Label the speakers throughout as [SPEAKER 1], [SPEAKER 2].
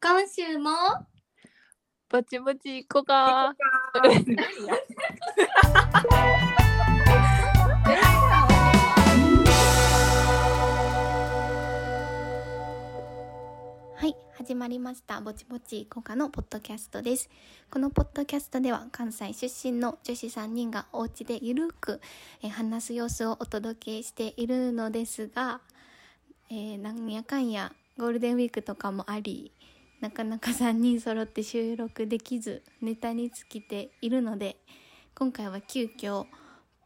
[SPEAKER 1] 今週も
[SPEAKER 2] ぼちぼち行こうか。
[SPEAKER 3] はい始まりましたぼちぼち効果のポッドキャストですこのポッドキャストでは関西出身の女子3人がお家でゆるくえー話す様子をお届けしているのですが、えーなんやかんやゴールデンウィークとかもありなかなか3人揃って収録できずネタに尽きているので今回は急遽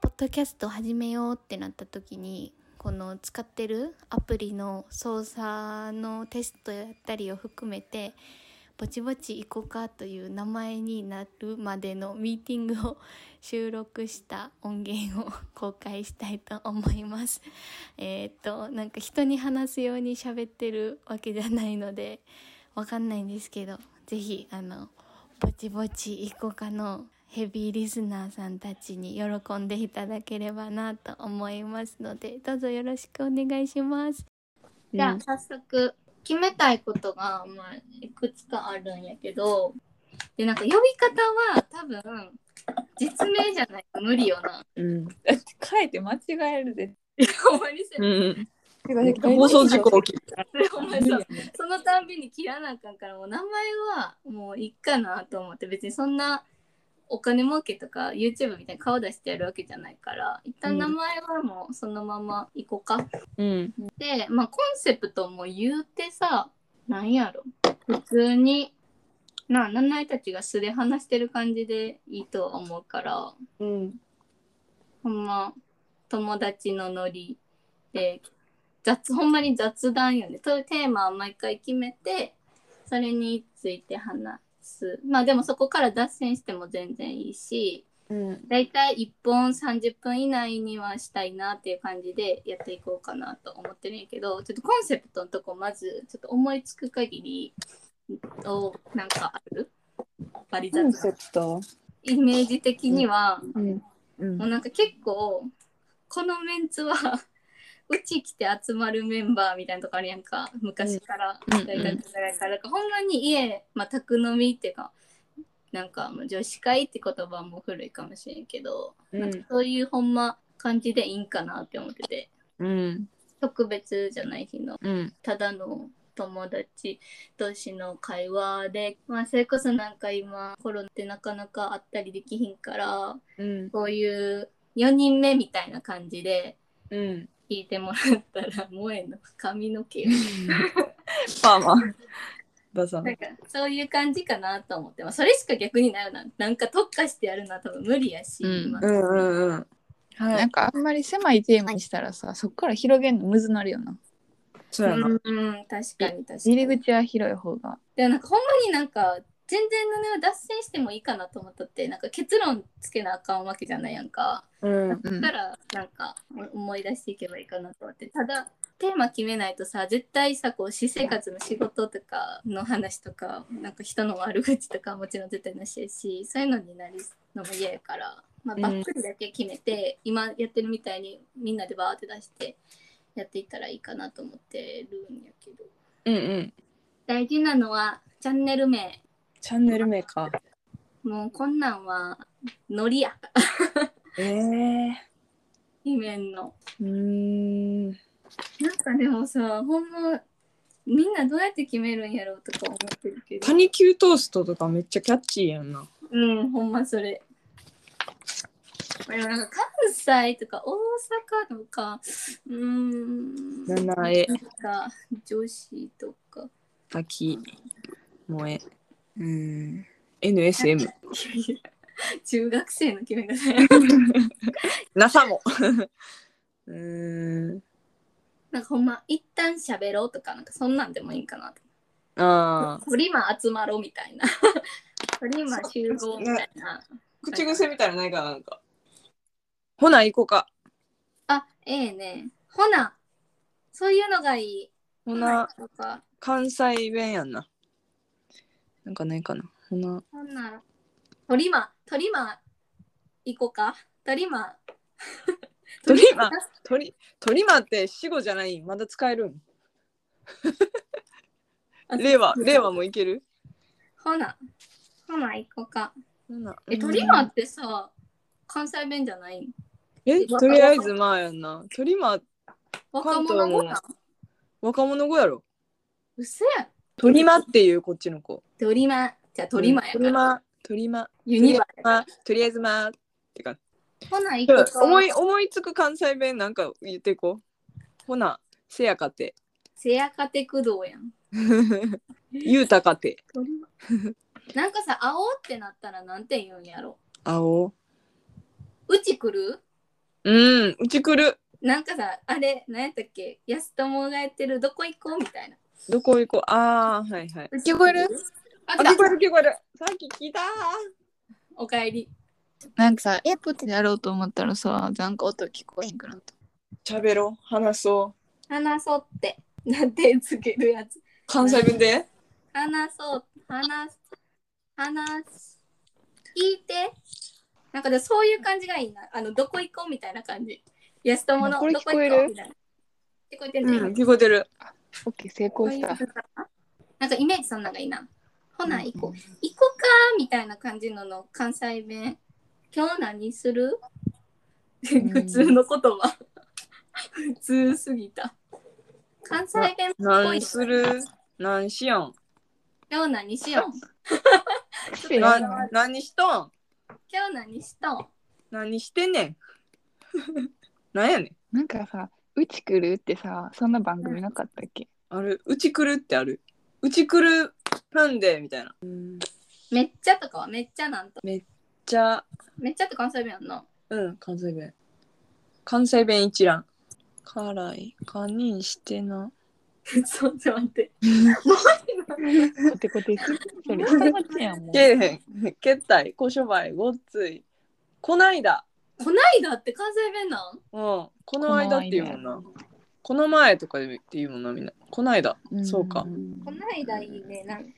[SPEAKER 3] ポッドキャストを始めようってなった時にこの使ってるアプリの操作のテストやったりを含めてぼちぼち行こうかという名前になるまでのミーティングを収録した音源を公開したいと思います。 えーっとなんか人に話すように喋ってるわけじゃないのでわかんないんですけどぜひあのぼちぼちいこかのヘビーリスナーさんたちに喜んでいただければなと思いますのでどうぞよろしくお願いします
[SPEAKER 1] じゃあ早速決めたいことが、まあ、いくつかあるんやけどでなんか呼び方は多分実名じゃないと無理よな。
[SPEAKER 2] うん。
[SPEAKER 4] だって書いて間違えるで。
[SPEAKER 1] ほんまにせ
[SPEAKER 2] うん。
[SPEAKER 4] 放送事故起きた。
[SPEAKER 1] お前そうそのたんびに切らなあかんからもう名前はもういっかなと思って別にそんなお金儲けとか YouTube みたいに顔出してやるわけじゃないから一旦名前はもうそのままいこうか、
[SPEAKER 2] うん。
[SPEAKER 1] でまあコンセプトも言うてさなんやろ普通になあ七重たちが素で話してる感じでいいとは思うから
[SPEAKER 2] うん。
[SPEAKER 1] ほんま友達のノリで雑ほんまに雑談よねそういうテーマを毎回決めてそれについて話すまあでもそこから脱線しても全然いいし
[SPEAKER 2] うん。
[SPEAKER 1] だいたい1本30分以内にはしたいなっていう感じでやっていこうかなと思ってるんやけどちょっとコンセプトのとこまずちょっと思いつく限りをなんかあるバリ雑談
[SPEAKER 2] ト。
[SPEAKER 1] イメージ的には、
[SPEAKER 2] うん。うん
[SPEAKER 1] もう。なんか結構このメンツは うち来て集まるメンバーみたいなとこあるやんか昔から
[SPEAKER 2] うんうん
[SPEAKER 1] 大学ぐらいから、ほんまに家、まあ、宅飲みっていうかなんかもう女子会って言葉も古いかもしれんけど、
[SPEAKER 2] うん
[SPEAKER 1] なんかそういうほんま感じでいいんかなって思ってて
[SPEAKER 2] うん。
[SPEAKER 1] 特別じゃない日の
[SPEAKER 2] うん。
[SPEAKER 1] ただの友達同士の会話で、まあ、それこそなんか今コロナってなかなか会ったりできひんから
[SPEAKER 2] うん。
[SPEAKER 1] こういう4人目みたいな感じで
[SPEAKER 2] うん。
[SPEAKER 1] 聞いてもらったら萌えの髪の毛を
[SPEAKER 2] まあまあ。出さな
[SPEAKER 1] なん
[SPEAKER 2] い。
[SPEAKER 1] かそういう感じかなと思って、まあ、それしか逆にないよななんか特化してやるのは多分無理やし、
[SPEAKER 2] うん
[SPEAKER 1] 今
[SPEAKER 2] うんうんうん。は
[SPEAKER 4] ないん。かあんまり狭いテーマにしたらさ、そこから広げんのむずなるよな。
[SPEAKER 2] そうやな。
[SPEAKER 1] うん確かに確かに
[SPEAKER 4] 入り口は広い方が。
[SPEAKER 1] でもなんかほんまになんか全然のね脱線してもいいかなと思ったってなんか結論つけなあかんわけじゃないやんか、
[SPEAKER 2] うん。
[SPEAKER 4] うん
[SPEAKER 1] だからなんか思い出していけばいいかなと思ってただテーマ決めないとさ絶対さこう私生活の仕事とかの話とかなんか人の悪口とかもちろん絶対なしやしそういうのになるのも嫌やから、まあ、
[SPEAKER 2] うん
[SPEAKER 1] ばっくりだけ決めて、今やってるみたいにみんなでバーって出してやっていったらいいかなと思ってるんやけど
[SPEAKER 2] うんうん。
[SPEAKER 1] 大事なのはチャンネル名
[SPEAKER 2] チャンネル名か。
[SPEAKER 1] もうこんなんはノリや
[SPEAKER 2] ええ。
[SPEAKER 1] イメンの。
[SPEAKER 2] うん。
[SPEAKER 1] なんかでもさほんまみんなどうやって決めるんやろうとか思ってるけど
[SPEAKER 2] パニキュートーストとかめっちゃキャッチーやんな。
[SPEAKER 1] うんほんまそれでもなんか関西とか大阪とかうーん
[SPEAKER 2] 七重
[SPEAKER 1] なんか女子とか
[SPEAKER 2] 滝萌え。うん。NSM。
[SPEAKER 1] いやいや中学生の決め方や
[SPEAKER 2] なさも。 うん。
[SPEAKER 1] なんかほんま一旦喋ろうとかなんかそんなんでもいいんかなと
[SPEAKER 2] ああ。
[SPEAKER 1] トリマー集まろうみたいなトリマー集合みたいな
[SPEAKER 2] 口癖みたいなのないかななんか。ほな行こうか。
[SPEAKER 1] あええねほなそういうのがいい
[SPEAKER 2] ほな
[SPEAKER 1] とか
[SPEAKER 2] 関西弁やんな。なんかないかな。ほな。
[SPEAKER 1] ほんならトリマトリマ行こうかトリマ
[SPEAKER 2] トリ マー、 トリ、トリマーって死語じゃない。まだ使えるん。令和、令和もいける
[SPEAKER 1] ほな、ほな、行こうか。え、
[SPEAKER 2] うん
[SPEAKER 1] トリマーってさ、関西弁じゃないん
[SPEAKER 2] え、とりあえずまあやんな。トリマー、
[SPEAKER 1] 若者語なん
[SPEAKER 2] 関東若者語やろ。
[SPEAKER 1] うせえ。
[SPEAKER 2] トリマっていうこっちの子。
[SPEAKER 1] トリマー、じゃあトリマーや
[SPEAKER 2] ト
[SPEAKER 1] か
[SPEAKER 2] リ
[SPEAKER 1] ら。
[SPEAKER 2] マ、トリマ。
[SPEAKER 1] ユニバーやか
[SPEAKER 2] まあとりあえずまあってか。
[SPEAKER 1] ら。ほな、行こうか。
[SPEAKER 2] 思い、思いつく関西弁なんか言ってこう。ほな、せやかて。
[SPEAKER 1] せやかて工藤やん。
[SPEAKER 2] ゆうたかて。
[SPEAKER 1] トリマーなんかさ、青ってなったらなんて言うんやろ。
[SPEAKER 2] あお。
[SPEAKER 1] うち来る
[SPEAKER 2] うん、うち来る。
[SPEAKER 1] なんかさ、あれ、何やったっけ安友がやってるどこ行こうみたいな。
[SPEAKER 2] どこ行こう。ああ、はいはい。
[SPEAKER 1] うち
[SPEAKER 4] 聞こえる
[SPEAKER 1] あ、
[SPEAKER 2] あ、
[SPEAKER 1] 来た
[SPEAKER 2] 聞こえる聞こえる。さっき聞いたー。
[SPEAKER 1] おかえり。
[SPEAKER 4] なんかさ、エアポッドでやろうと思ったらさ、なんか音聞こえへんくなった。
[SPEAKER 2] 喋ろう。話そう。
[SPEAKER 1] 話そうって。なんてつけるやつ。
[SPEAKER 2] 関西弁で
[SPEAKER 1] 話そう。話す。話す。聞いて。なんかでそういう感じがいいな。あの、どこ行こうみたいな感じ。安友の
[SPEAKER 4] これ
[SPEAKER 1] ど
[SPEAKER 4] 聞
[SPEAKER 1] こ
[SPEAKER 4] こ
[SPEAKER 1] 行こ
[SPEAKER 4] える
[SPEAKER 1] うみたいな。聞こえてるね。
[SPEAKER 2] うん、聞こえてる。
[SPEAKER 4] オッケー、成功した。
[SPEAKER 1] なんかイメージそんなのがいいな。ほな、行こう。行こうかみたいな感じのの関西弁。今日何する 普通の言葉。普通すぎた。関西弁っぽい
[SPEAKER 2] 何。する何しよん
[SPEAKER 1] 今日何しよう
[SPEAKER 4] うん
[SPEAKER 2] な何しとん
[SPEAKER 1] 今日何しとう
[SPEAKER 2] 何してんねん 何やねん
[SPEAKER 4] なんかさ、うち来るってさ、そんな番組なかったっけ
[SPEAKER 2] あるうち来るってあるうち来るなんでみたいな
[SPEAKER 1] めっちゃとかはめっちゃなんと。
[SPEAKER 2] じゃあ
[SPEAKER 1] めっちゃって関西弁やんな。
[SPEAKER 2] うん関西弁関西弁一覧辛いカニンしてな
[SPEAKER 1] ちょっと待って。
[SPEAKER 4] コテコテする。それ下町やんもう
[SPEAKER 2] けえへんけったいこしょばいごっついこないだ
[SPEAKER 1] こないだって関西弁なん
[SPEAKER 2] うんこの間っていうもんなこの前とかでっていうもんなみんなこないだそうか。
[SPEAKER 4] ん
[SPEAKER 1] こないだいいね、なんか。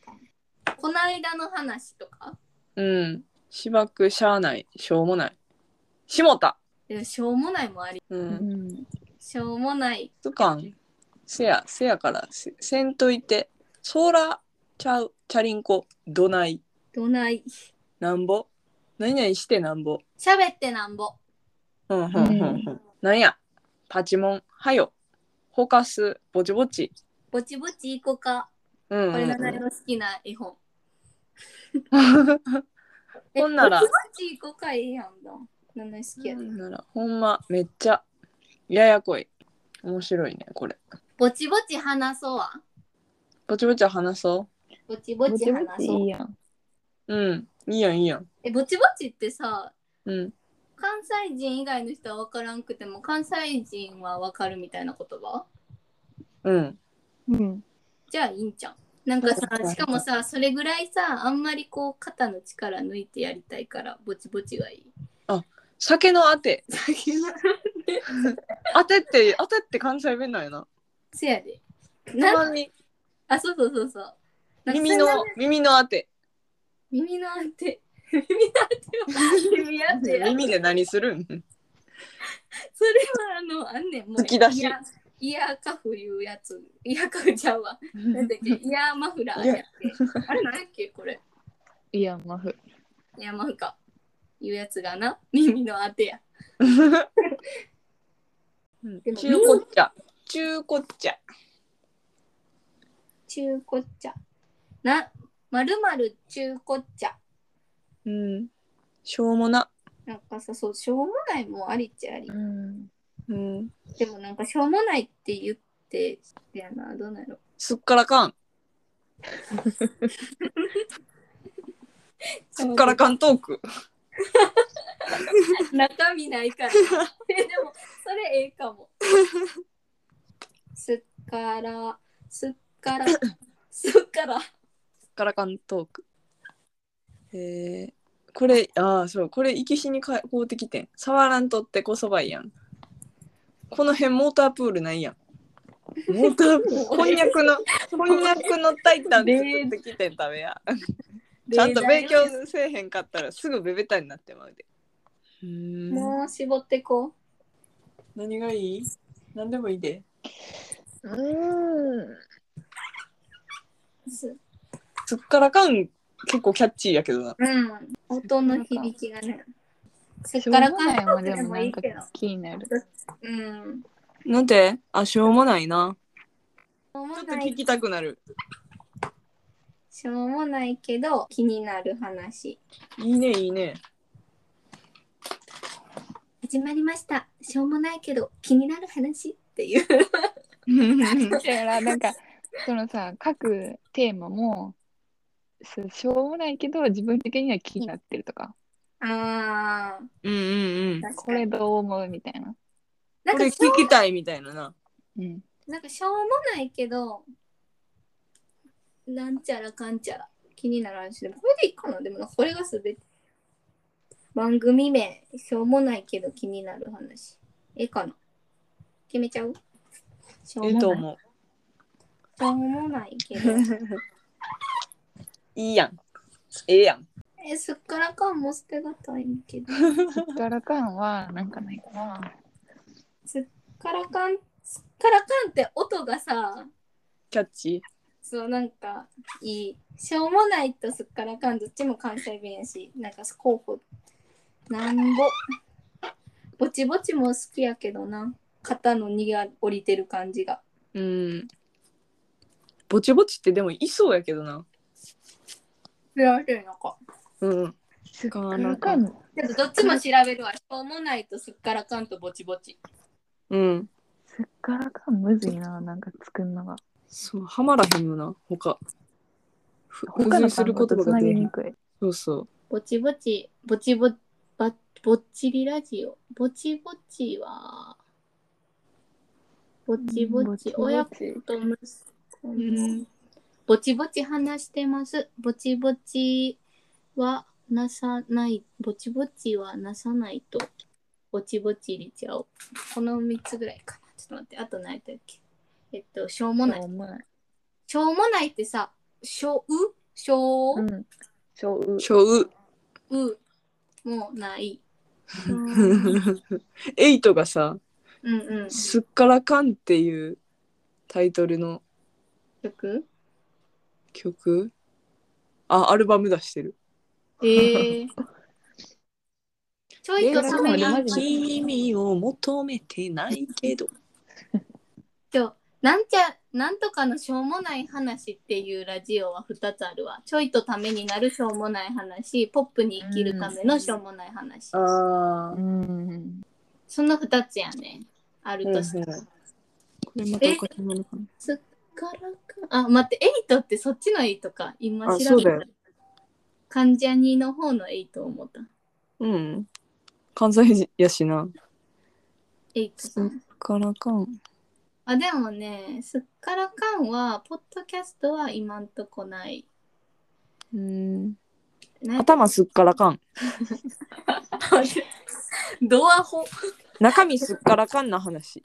[SPEAKER 1] こないだの話とか
[SPEAKER 2] うん芝くしゃあないしょうもない下田
[SPEAKER 1] いやしょうもないもあり。
[SPEAKER 2] う
[SPEAKER 4] うんん
[SPEAKER 1] しょうもない。
[SPEAKER 2] 図鑑せやせやからせせんといてソーラーちゃうチャリンコどない
[SPEAKER 1] どない。
[SPEAKER 2] なんぼ何々してなんぼ
[SPEAKER 1] 喋ってなんぼ。
[SPEAKER 2] うんうんうんう
[SPEAKER 4] うん
[SPEAKER 2] なんやパチモンはよほかすぼちぼち
[SPEAKER 1] ぼちぼち行こうか。
[SPEAKER 2] うんうん
[SPEAKER 1] こ
[SPEAKER 2] う
[SPEAKER 1] れ
[SPEAKER 2] ん
[SPEAKER 1] が誰の好きな絵本。え
[SPEAKER 2] ほんなら
[SPEAKER 1] ぼちぼち行こうかええやんだ。何の好きや
[SPEAKER 2] ほんならほんまめっちゃややこい面白いねこれ
[SPEAKER 1] ぼちぼち話そうわ。
[SPEAKER 2] ぼちぼちは話そ
[SPEAKER 1] ぼちぼ
[SPEAKER 4] ぼ
[SPEAKER 1] ち
[SPEAKER 4] ちぼ
[SPEAKER 1] 話
[SPEAKER 4] ち
[SPEAKER 1] そう
[SPEAKER 4] いい。やん。
[SPEAKER 2] ううんいいやんいいやん
[SPEAKER 1] え、ぼちぼちってさ、
[SPEAKER 2] うん
[SPEAKER 1] 関西人以外の人は分からんくても関西人は分かるみたいな言葉
[SPEAKER 2] うん
[SPEAKER 4] うん。
[SPEAKER 1] じゃあいいんじゃん。なんかさ
[SPEAKER 2] そうそうそう
[SPEAKER 1] しかもさそれぐらいさあんまりこう肩の力抜いてやりたいからぼちぼちがいい。
[SPEAKER 2] 酒のあてあてってあてって関西弁なんやな
[SPEAKER 1] せやで。
[SPEAKER 2] た
[SPEAKER 1] な
[SPEAKER 2] まに
[SPEAKER 1] あそうそうそうそう。なんか
[SPEAKER 2] 耳の
[SPEAKER 1] そんな
[SPEAKER 2] 耳のあて
[SPEAKER 1] 耳の当て 耳の当ては耳当てや
[SPEAKER 2] 耳で何するん
[SPEAKER 1] それはあのあんねんもう
[SPEAKER 2] 突き出し
[SPEAKER 1] イヤイヤーカフいうやつイヤーカフちゃうわ。なんだっ けイヤーマフラーやって。あれ何やっけこれ。
[SPEAKER 4] いや、マフ。
[SPEAKER 1] 山深いうやつがな耳の当てや
[SPEAKER 2] うん
[SPEAKER 1] でも
[SPEAKER 2] 中古茶中古茶
[SPEAKER 1] 中古茶なまるまる中古茶
[SPEAKER 2] うんしょうもな
[SPEAKER 1] なんかさそうしょうもないもありっちゃあり
[SPEAKER 4] うん。
[SPEAKER 2] うん
[SPEAKER 1] でもなんかしょうもないって言ってやなどうなの
[SPEAKER 2] すっからかんすっからかんトーク
[SPEAKER 1] 中身ない からえでもそれええかもすっからすっからすっから
[SPEAKER 2] すっからかんトークえー、これああそうこれ生き死にか買うてきてん触らんとってこそばいやんこの辺モータープールないやんモータープールこんにゃくのこんにゃくのタイタン作ってきてん食べやちゃんと勉強せえへんかったらすぐベベタになってまうで。
[SPEAKER 1] もう絞ってこ
[SPEAKER 2] 何がいい何でもいいで。
[SPEAKER 4] うん。
[SPEAKER 1] す。
[SPEAKER 2] すっからかん結構キャッチーやけどな。
[SPEAKER 1] うん。音の響きがね。せっ
[SPEAKER 4] しょう
[SPEAKER 1] から
[SPEAKER 4] も
[SPEAKER 1] かん
[SPEAKER 4] ないもで
[SPEAKER 1] で
[SPEAKER 4] も
[SPEAKER 1] も
[SPEAKER 4] ないん
[SPEAKER 1] い
[SPEAKER 4] か
[SPEAKER 1] けど。
[SPEAKER 4] 気になる。
[SPEAKER 1] うん。
[SPEAKER 2] なんてあ、しょうもないな。
[SPEAKER 1] しょうも
[SPEAKER 2] ちょっと
[SPEAKER 1] な
[SPEAKER 2] 聞
[SPEAKER 1] い、
[SPEAKER 2] きたくなる。
[SPEAKER 1] しょうもないけど、気になる話。
[SPEAKER 2] いいね、いいね。
[SPEAKER 1] 始まりました。しょうもないけど、気になる話っていう。
[SPEAKER 4] だからなんかそのさ各テーマもそうしょうもないけど自分的には気になってるとか
[SPEAKER 1] ああ。
[SPEAKER 2] うんうんうん。
[SPEAKER 1] 確
[SPEAKER 4] こ
[SPEAKER 1] かに
[SPEAKER 4] れどう思うみたいな。
[SPEAKER 1] な
[SPEAKER 2] こ
[SPEAKER 1] ん
[SPEAKER 2] れ
[SPEAKER 1] か
[SPEAKER 2] 聞
[SPEAKER 1] しょう
[SPEAKER 2] きたいみたいなな。
[SPEAKER 4] うん、
[SPEAKER 1] なんかしょうもないけど、なんちゃらかんちゃら気になる話でも、これでいいかなでもなこれがすべて。番組名、しょうもないけど気になる話。ええかな決めちゃうしょうも
[SPEAKER 2] いい
[SPEAKER 1] ない
[SPEAKER 2] と思う。
[SPEAKER 1] しょうもないけ ど。
[SPEAKER 2] いいやん。ええやん。
[SPEAKER 1] え、すっからかんも捨てがたいけど。
[SPEAKER 4] ガラカンはなんかないかな。
[SPEAKER 1] すっからかん、すっからかんって音がさ、
[SPEAKER 2] キャッチ
[SPEAKER 1] そうなんかいいしょうもないとすっからかんどっちも関西弁やしなんか候補なんぼぼちぼちも好きやけどな肩の荷が降りてる感じが
[SPEAKER 2] ー。うん。ぼちぼちってでもいそうやけどな。
[SPEAKER 1] られるのか
[SPEAKER 2] うん。
[SPEAKER 4] すっ
[SPEAKER 2] か
[SPEAKER 4] から
[SPEAKER 2] か
[SPEAKER 4] らか
[SPEAKER 2] ん
[SPEAKER 4] ん。
[SPEAKER 1] でもどっちも調べるわしょうもないとすっからかんとぼちぼち
[SPEAKER 2] うん。
[SPEAKER 4] すっからかんむずいな。なんか作んのが。
[SPEAKER 2] そう、はまらへんよな、他。ふ付
[SPEAKER 4] 他の
[SPEAKER 2] 随す
[SPEAKER 4] 単
[SPEAKER 2] る言
[SPEAKER 4] 語と
[SPEAKER 2] 葉
[SPEAKER 4] つ
[SPEAKER 2] が
[SPEAKER 4] な
[SPEAKER 2] 出
[SPEAKER 4] ぎ
[SPEAKER 2] へ
[SPEAKER 4] に
[SPEAKER 2] ん。
[SPEAKER 4] くい。
[SPEAKER 2] そうそう。
[SPEAKER 1] ぼちぼちぼちぼばぼっちりラジオぼちぼちはぼちぼ
[SPEAKER 4] ぼ
[SPEAKER 1] ち
[SPEAKER 4] ち
[SPEAKER 1] 親
[SPEAKER 4] ぼ
[SPEAKER 1] 子
[SPEAKER 4] ち
[SPEAKER 1] と息子の
[SPEAKER 2] うん
[SPEAKER 1] ぼちぼち話してます。ぼちぼちはなさない。ぼちぼちはなさないと。ぼちぼち入れちゃおう。この3つぐらいかな。ちょっと待って。あと何やったっけえっと、しょうもな
[SPEAKER 4] しょ
[SPEAKER 1] い。
[SPEAKER 4] うもない。
[SPEAKER 1] しょうもないってさ、しょうしょ
[SPEAKER 4] う。
[SPEAKER 1] うん
[SPEAKER 4] しょう。
[SPEAKER 2] しょう。
[SPEAKER 1] うもうない。
[SPEAKER 2] エイトがさ、
[SPEAKER 1] うんうん。
[SPEAKER 2] すっからかんっていうタイトルの
[SPEAKER 1] 曲
[SPEAKER 2] 曲あ、アルバム出してる。
[SPEAKER 1] ええー。ちょいとため
[SPEAKER 4] え
[SPEAKER 1] に
[SPEAKER 4] ーなんか俺マジで
[SPEAKER 2] 君を求めてないけど。
[SPEAKER 1] 今日なんちゃなんとかのしょうもない話っていうラジオは2つあるわちょいとためになるしょうもない話ポップに生きるためのしょうもない話、
[SPEAKER 2] ああ。
[SPEAKER 4] うん。
[SPEAKER 1] その2つやねある
[SPEAKER 2] うんう
[SPEAKER 1] と
[SPEAKER 2] ん
[SPEAKER 1] したら、
[SPEAKER 2] これまたおかしなのかな。
[SPEAKER 1] すっからかあ待ってエイトってそっちのエイトか今
[SPEAKER 2] あ
[SPEAKER 1] 調べ
[SPEAKER 2] そう
[SPEAKER 1] た
[SPEAKER 2] だよ
[SPEAKER 1] 関ジャニの方のエイトを思った
[SPEAKER 2] うん。関西やしな。
[SPEAKER 1] エイトさん
[SPEAKER 2] すっからかん。
[SPEAKER 1] あでもねすっからかんはポッドキャストは今んとこない
[SPEAKER 2] うん。
[SPEAKER 1] ね
[SPEAKER 2] 頭すっからかん。
[SPEAKER 1] ドアホ
[SPEAKER 2] 中身すっからかんな話。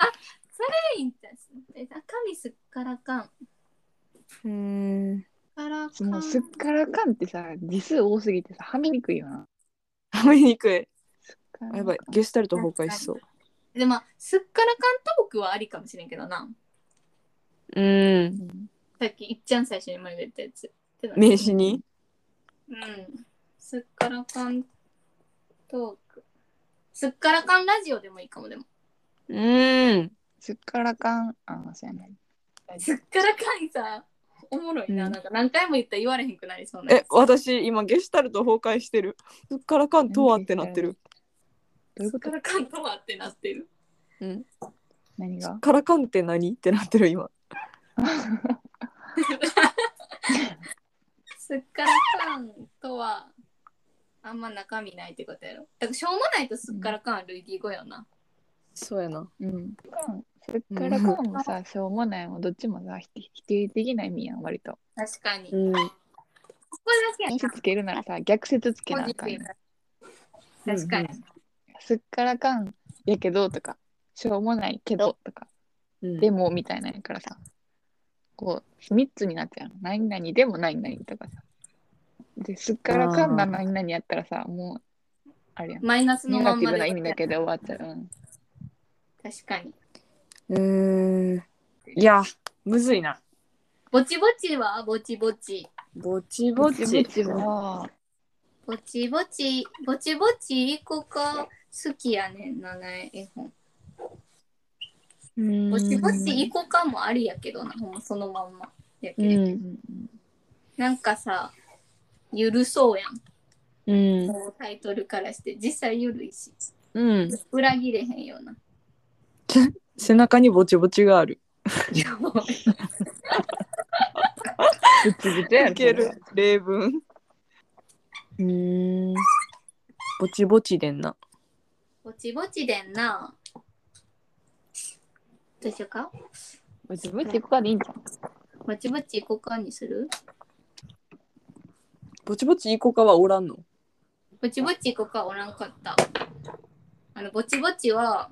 [SPEAKER 1] いいんだえ中身すっからかん。
[SPEAKER 2] うん。
[SPEAKER 1] からか。
[SPEAKER 4] もうんすっからかんってさ、字数多すぎてさ、はみにくいよな。
[SPEAKER 2] はめにくい。やばい、
[SPEAKER 4] ゲ
[SPEAKER 2] ゲスタルト崩壊しそう。
[SPEAKER 1] でも、すっからかんトークはありかもしれんけどな。
[SPEAKER 2] うん。
[SPEAKER 1] さっき、いっちゃん最初に前言ったやつ。
[SPEAKER 2] 名刺に
[SPEAKER 1] うん。すっからかんトーク。すっからかんラジオでもいいかも、でも。
[SPEAKER 2] うん。
[SPEAKER 4] すっからかん。あ、そうやね。
[SPEAKER 1] すっからかんさ、おもろいな。
[SPEAKER 2] うん
[SPEAKER 1] なんか何回も言ったら言われへんくなりそうなやつ。
[SPEAKER 2] え、私、今、ゲスタルト崩壊してる。すっからかんとはってなってる。
[SPEAKER 4] どういう
[SPEAKER 1] す
[SPEAKER 4] こ
[SPEAKER 1] っか
[SPEAKER 4] と
[SPEAKER 1] らかんとはってなってる。
[SPEAKER 4] 何
[SPEAKER 2] すっ
[SPEAKER 4] が
[SPEAKER 2] からかんって何ってなってる、今。
[SPEAKER 1] すっからかんとは、あんま中身ないってことやろ。だから、しょうもないとすっからかんは類義語よな。
[SPEAKER 2] そうやな。
[SPEAKER 4] うん。すっからかんもさ、しょうもないもどっちもさ、ひ否定的な意味やん、割と。
[SPEAKER 1] 確かに。
[SPEAKER 2] うん。
[SPEAKER 1] ここだけや
[SPEAKER 4] 逆説つけるならさ、逆説つけなあかんやん。
[SPEAKER 1] 確かに。
[SPEAKER 4] すっからかんやけどとか、しょうもないけどとか、
[SPEAKER 2] うん。
[SPEAKER 4] でもみたいなんやからさ、こう、3つになっちゃうの。何々でも何々とかさ。で、すっからかん
[SPEAKER 2] あ
[SPEAKER 4] な
[SPEAKER 2] ー
[SPEAKER 4] 何々やったらさ、もう、あれやん。
[SPEAKER 1] マイナスの
[SPEAKER 4] ネ
[SPEAKER 1] ま
[SPEAKER 4] ガ
[SPEAKER 1] ん
[SPEAKER 4] ティ
[SPEAKER 1] ま
[SPEAKER 4] ブ
[SPEAKER 1] で。
[SPEAKER 4] な意味だけで終わっちゃう。うん
[SPEAKER 1] 確かに。
[SPEAKER 2] うーん。いや、むずいな。
[SPEAKER 1] ぼちぼちはぼちぼち。
[SPEAKER 2] ぼちぼ
[SPEAKER 4] ぼ
[SPEAKER 2] ち。
[SPEAKER 4] ちぼちは、
[SPEAKER 1] ぼちぼち。ぼちぼちいい子か。好きやねんな、ね、絵本。
[SPEAKER 2] うん
[SPEAKER 1] ぼちぼちいい子かもありやけどな、ほんまそのまんま。やけ
[SPEAKER 2] う
[SPEAKER 1] ど
[SPEAKER 2] ん。
[SPEAKER 1] なんかさ、ゆるそうやん。
[SPEAKER 2] うん。
[SPEAKER 1] こうタイトルからして、実際ゆるいし。
[SPEAKER 2] うん。
[SPEAKER 1] 裏切れへんような。
[SPEAKER 2] 背中にぼちぼちがある。
[SPEAKER 1] やばい
[SPEAKER 4] ぶつぶつやろ。
[SPEAKER 2] いける。例文。うん。ぼちぼちでんな。
[SPEAKER 1] ぼちぼちでんな。どうしようか
[SPEAKER 4] ぶちぶちここでいいんじゃん。
[SPEAKER 1] ぼちぼち行こうかにする
[SPEAKER 2] ぼちぼちいい子かはおらんの。
[SPEAKER 1] ぼちぼち行こうかおらんかった。あの、ぼちぼちは、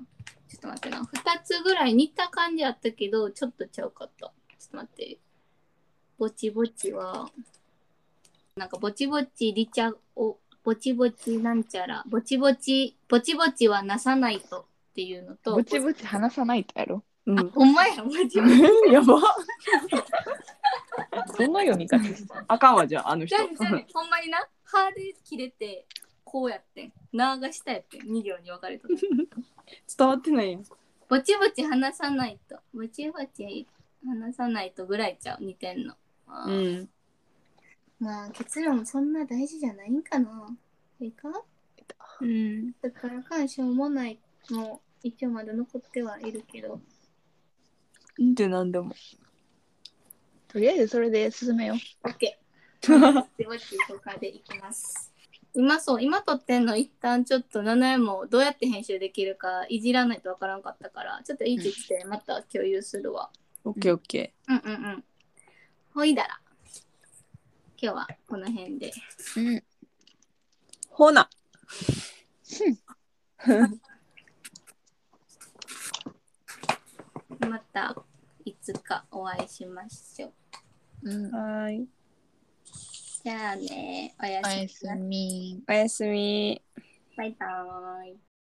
[SPEAKER 1] ちょっと待ってな。2つぐらい似た感じあったけど、ちょっとちゃうかった。ちょっと待って。ぼちぼちは、なんかぼちぼちリチャを、ぼちぼちなんちゃら、ぼちぼち、ぼちぼちはなさないとっていうのと、
[SPEAKER 4] ぶちぶち話さないとやろ。
[SPEAKER 2] う
[SPEAKER 1] あ、。ほんまや、ぼ ちぼち。
[SPEAKER 2] やば。
[SPEAKER 4] どの読み方した
[SPEAKER 2] あかんわ、じゃあ、あの
[SPEAKER 1] じ
[SPEAKER 2] 人
[SPEAKER 1] ゃ。あねじゃあねほんまにな、歯で切れて、こうやってん、ながしたやってん、2行に分かれとった。
[SPEAKER 2] 伝わってないやん。
[SPEAKER 1] ぼちぼち話さないと、ぼちぼち話さないとぐらいちゃう、似てんの。あー
[SPEAKER 2] ん。
[SPEAKER 1] まあ、結論そんな大事じゃないんかな。いいかうん。だから、感傷もない、もう、一応まだ残ってはいるけど。
[SPEAKER 2] いいってなんで も。
[SPEAKER 4] とりあえずそれで進めよう。
[SPEAKER 1] OK。ぼちぼちとかでいきます。今そう、今撮ってんの一旦ちょっと7円もどうやって編集できるかいじらないとわからんかったから、ちょっといじってまた共有するわ。
[SPEAKER 2] オッケー、オッケ
[SPEAKER 1] うんうんうん。ほいだら。今日はこの辺で。
[SPEAKER 4] うん。
[SPEAKER 2] ー。ほな。
[SPEAKER 1] またいつかお会いしましょう。
[SPEAKER 4] うん。
[SPEAKER 2] はい。
[SPEAKER 1] じゃあね、おや
[SPEAKER 4] お
[SPEAKER 1] すみ
[SPEAKER 4] や
[SPEAKER 1] な
[SPEAKER 4] す
[SPEAKER 1] さい。
[SPEAKER 4] み。
[SPEAKER 2] おやすみ。
[SPEAKER 1] バイバーイ。